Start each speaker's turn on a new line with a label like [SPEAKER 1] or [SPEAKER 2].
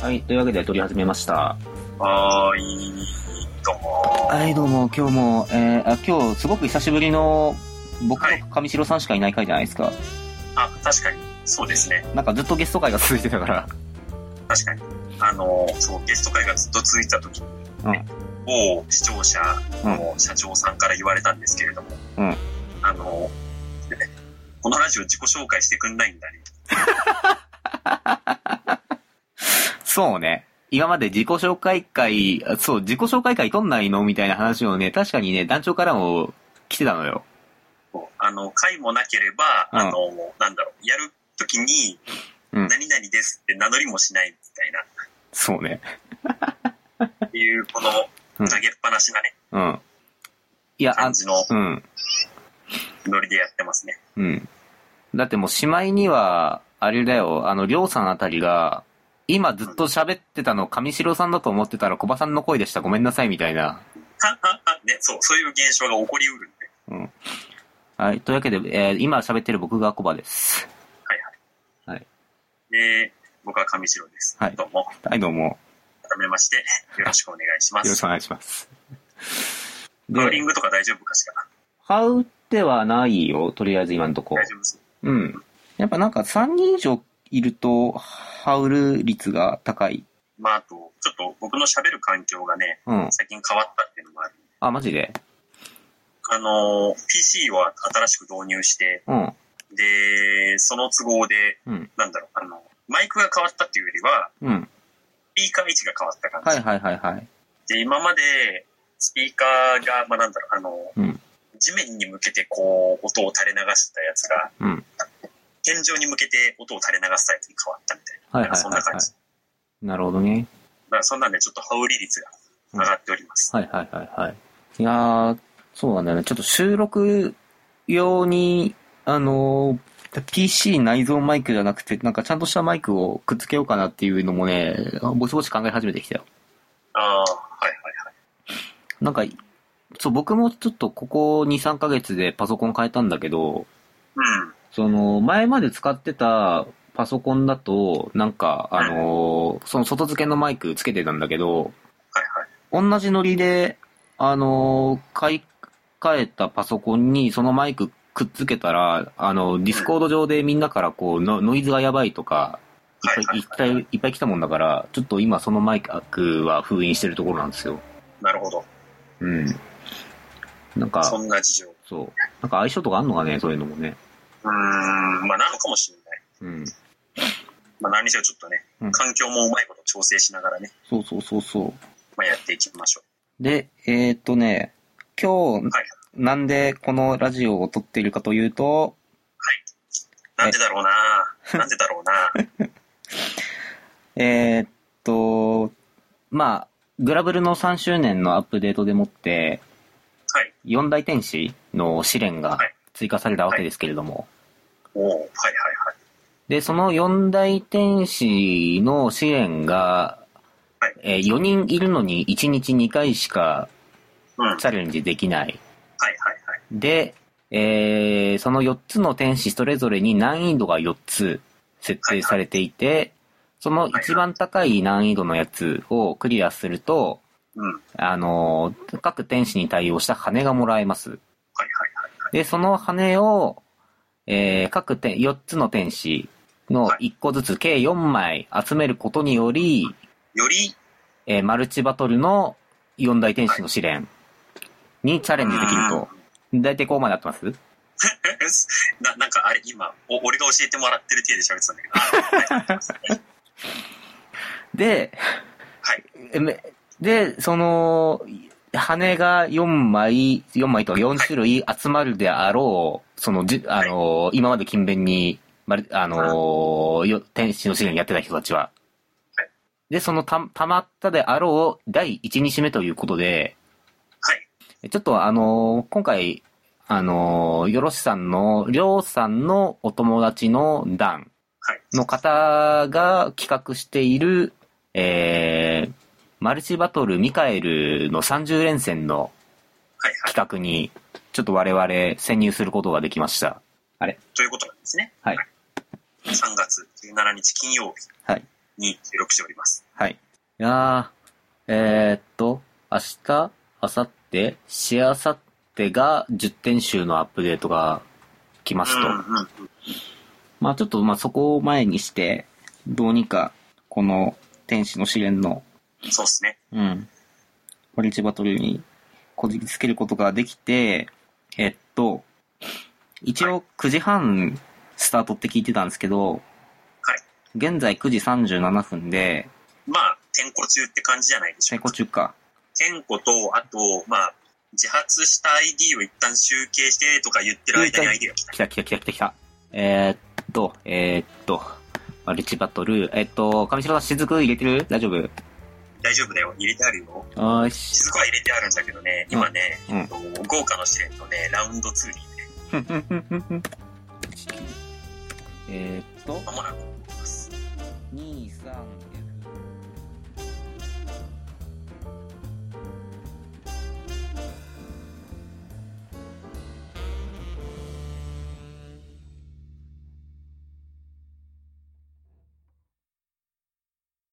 [SPEAKER 1] はい、というわけで撮り始めました。
[SPEAKER 2] はーい、どうも。
[SPEAKER 1] はい、どうも、今日も、えー、あ今日、すごく久しぶりの、僕
[SPEAKER 2] はい
[SPEAKER 1] と上白さんしかいない回じゃないですか。
[SPEAKER 2] あ、確かに、そうですね。
[SPEAKER 1] なんかずっとゲスト回が続いてたから。
[SPEAKER 2] 確かに。あの、そう、ゲスト会がずっと続いた時に、ね某視聴者の社長さんから言われたんですけれども、
[SPEAKER 1] うん
[SPEAKER 2] あの、このラジオ自己紹介してくんないんだね。
[SPEAKER 1] そうね。今まで自己紹介会、あそう、自己紹介会撮んないのみたいな話をね、確かにね、団長からも来てたのよ。
[SPEAKER 2] そうあの、会もなければ、
[SPEAKER 1] うん
[SPEAKER 2] あの、なんだろう、やる時に、
[SPEAKER 1] うん
[SPEAKER 2] 何々ですって名乗りもしないみたいな、
[SPEAKER 1] そうね。
[SPEAKER 2] っていう、この、
[SPEAKER 1] うん
[SPEAKER 2] 投げっぱなしなね、
[SPEAKER 1] うん。いや、あ
[SPEAKER 2] 感、じの
[SPEAKER 1] うん、
[SPEAKER 2] ノリでやってますね。
[SPEAKER 1] うん。だってもうしまいには、あれだよ、あの、りょうさんあたりが、今ずっと喋ってたの、上白さんだと思ってたら、小葉さんの声でした、ごめんなさい、みたいな。
[SPEAKER 2] ね、そう、そういう現象が起こりうるんで。
[SPEAKER 1] はい、というわけで、えー今喋ってる僕がコバです。
[SPEAKER 2] で、僕は上白です。
[SPEAKER 1] はい
[SPEAKER 2] どうも、
[SPEAKER 1] はい、どうも。
[SPEAKER 2] 改めまして、よろしくお願いしま
[SPEAKER 1] よろし
[SPEAKER 2] す。
[SPEAKER 1] くお願いします。
[SPEAKER 2] カーリ
[SPEAKER 1] で、
[SPEAKER 2] ングとか大丈夫かしら
[SPEAKER 1] 買うってはないよ、とりあえず今んとこ。
[SPEAKER 2] 大丈夫です。
[SPEAKER 1] うん。やっぱなんか3人以上いると、ハウル率が高い。
[SPEAKER 2] まあ、あと、ちょっと僕の喋る環境がね、
[SPEAKER 1] うん。
[SPEAKER 2] 最近変わったっていうのもある。
[SPEAKER 1] あ、マジで
[SPEAKER 2] あの、PC を新しく導入して、
[SPEAKER 1] うん。
[SPEAKER 2] で、その都合で、
[SPEAKER 1] うん。
[SPEAKER 2] なんだろう、あの、マイクが変わったっていうよりは、
[SPEAKER 1] うん。
[SPEAKER 2] スピーカー位置が変わった感じ。
[SPEAKER 1] はいはいはいはい。
[SPEAKER 2] で、今まで、スピーカーが、まあ、なんだろう、あの、
[SPEAKER 1] うん
[SPEAKER 2] 地面に向けてこう、音を垂れ流してたやつが、
[SPEAKER 1] うん。
[SPEAKER 2] 天井に向けて音を垂れ流すタイプに変わったみたいな。
[SPEAKER 1] はいはい
[SPEAKER 2] なんかそんな
[SPEAKER 1] はい
[SPEAKER 2] 感
[SPEAKER 1] は
[SPEAKER 2] じ。
[SPEAKER 1] い。なるほどね。
[SPEAKER 2] だからそんなんでちょっと羽織率が上がっております。
[SPEAKER 1] はいはいはいはい。いやー、そうなんだよね。ちょっと収録用に、あのー PC 内蔵マイクじゃなくて、なんかちゃんとしたマイクをくっつけようかなっていうのもね、ぼちぼち考え始めてきたよ。
[SPEAKER 2] ああ、はいはいはい。
[SPEAKER 1] なんか、そう、僕もちょっとここ2、3ヶ月でパソコン変えたんだけど、
[SPEAKER 2] うん。
[SPEAKER 1] その、前まで使ってたパソコンだと、なんか、あのーその外付けのマイクつけてたんだけど、
[SPEAKER 2] はいはい。
[SPEAKER 1] 同じノリで、あのー買い替えたパソコンにそのマイクくっつけたら、あの、ディスコード上でみんなからこう、ノノイズがやばいとか、
[SPEAKER 2] はい
[SPEAKER 1] いっぱいいっぱ
[SPEAKER 2] は
[SPEAKER 1] いいっぱい来たもんだから、ちょっと今そのマイクは封印してるところなんですよ。
[SPEAKER 2] なるほど。
[SPEAKER 1] うん。なん
[SPEAKER 2] そ
[SPEAKER 1] か、
[SPEAKER 2] んな事情。う
[SPEAKER 1] そう。なんか相性とかあんのかね、そういうのもね。
[SPEAKER 2] ーん。まあなのかもしれない。
[SPEAKER 1] うん。
[SPEAKER 2] まあ何にせよちょっとね
[SPEAKER 1] うん、
[SPEAKER 2] 環境もうまいこと調整しながらね、
[SPEAKER 1] そうそうそうそう。
[SPEAKER 2] まあやっていきましょ
[SPEAKER 1] で、えーっとね、今
[SPEAKER 2] う。
[SPEAKER 1] 日、
[SPEAKER 2] はい。
[SPEAKER 1] なんでこのラジオを撮っているかというと、
[SPEAKER 2] なんでだろうななんでだろ うな
[SPEAKER 1] えーっと、まあ、グラブルの3周年のアップデートでもって、
[SPEAKER 2] はい。
[SPEAKER 1] 四大天使の試練が
[SPEAKER 2] はい
[SPEAKER 1] 追加されたわけですけれども、
[SPEAKER 2] おおはいはいはい。
[SPEAKER 1] で、その四大天使の試練が、
[SPEAKER 2] はい
[SPEAKER 1] え4人いるのに1日2回しか
[SPEAKER 2] うん。はい
[SPEAKER 1] チャレンジできない。
[SPEAKER 2] はいはい。
[SPEAKER 1] で、えーその4つの天使それぞれに難易度が4つ設定されていて、その一番高い難易度のやつをクリアすると、
[SPEAKER 2] うん。はい
[SPEAKER 1] あの、各天使に対応した羽がもらえます。
[SPEAKER 2] はいはい。
[SPEAKER 1] で、その羽を、えー各天、4つの天使の1個ずつ計4枚集めることにより、
[SPEAKER 2] より、
[SPEAKER 1] えーマルチバトルの4大天使の試練にチャレンジできると。だいたいここまで合ってます
[SPEAKER 2] ななんかあれ今お俺が教えてもらってる体で喋ってたんだけど
[SPEAKER 1] で、
[SPEAKER 2] はい
[SPEAKER 1] えめで、その、羽が4枚、4枚とか4種類集まるであろう、その、じあのー、今まで勤勉に、まるあのー、よ天使の試練やってた人たちは
[SPEAKER 2] は。
[SPEAKER 1] で、そのた、たまったであろう第1、2締めということで、
[SPEAKER 2] はい
[SPEAKER 1] ちょっとあのー、今回、あのー、よろしさんの、りょうさんのお友達の段、
[SPEAKER 2] はい
[SPEAKER 1] の方が企画している、えー、マルチバトルミカエルの30連戦の
[SPEAKER 2] はいはい
[SPEAKER 1] 企画に、ちょっと我々潜入することができました。
[SPEAKER 2] ということなんですね
[SPEAKER 1] はい。
[SPEAKER 2] 3月17日金曜日
[SPEAKER 1] はい。
[SPEAKER 2] に収録しております。
[SPEAKER 1] はい。いやー、えーっと、明日、明後日、しあさってが10点集のアップデートが来ますと。
[SPEAKER 2] うんうん
[SPEAKER 1] まあちょっとまあそこを前にして、どうにか、この天使の試練の、
[SPEAKER 2] うん。そうですね。
[SPEAKER 1] うん、堀市バトルにこじつけることができて、えっと、一応9時半スタートって聞いてたんですけど、
[SPEAKER 2] はい
[SPEAKER 1] 現在9時37分で、
[SPEAKER 2] まあ、天候中って感じじゃないでし
[SPEAKER 1] 最
[SPEAKER 2] ょうか
[SPEAKER 1] 高。中か。
[SPEAKER 2] 天候と、あと、まあ、自発した ID を一旦集計してとか言ってる間に ID が来た
[SPEAKER 1] 来。た来た来た来た来た。えー、っと、えー、っと、マルチバトル。えーっと、上白さん、雫入れてる大丈夫
[SPEAKER 2] 大丈夫だよ。入れてあるよ。
[SPEAKER 1] よ し。
[SPEAKER 2] 雫は入れてあるんだけどね、今ね、
[SPEAKER 1] うん
[SPEAKER 2] えっと豪華の試練のね、ラウンド2にね、
[SPEAKER 1] えー、っと、
[SPEAKER 2] まもなく行きます。
[SPEAKER 1] 2、3、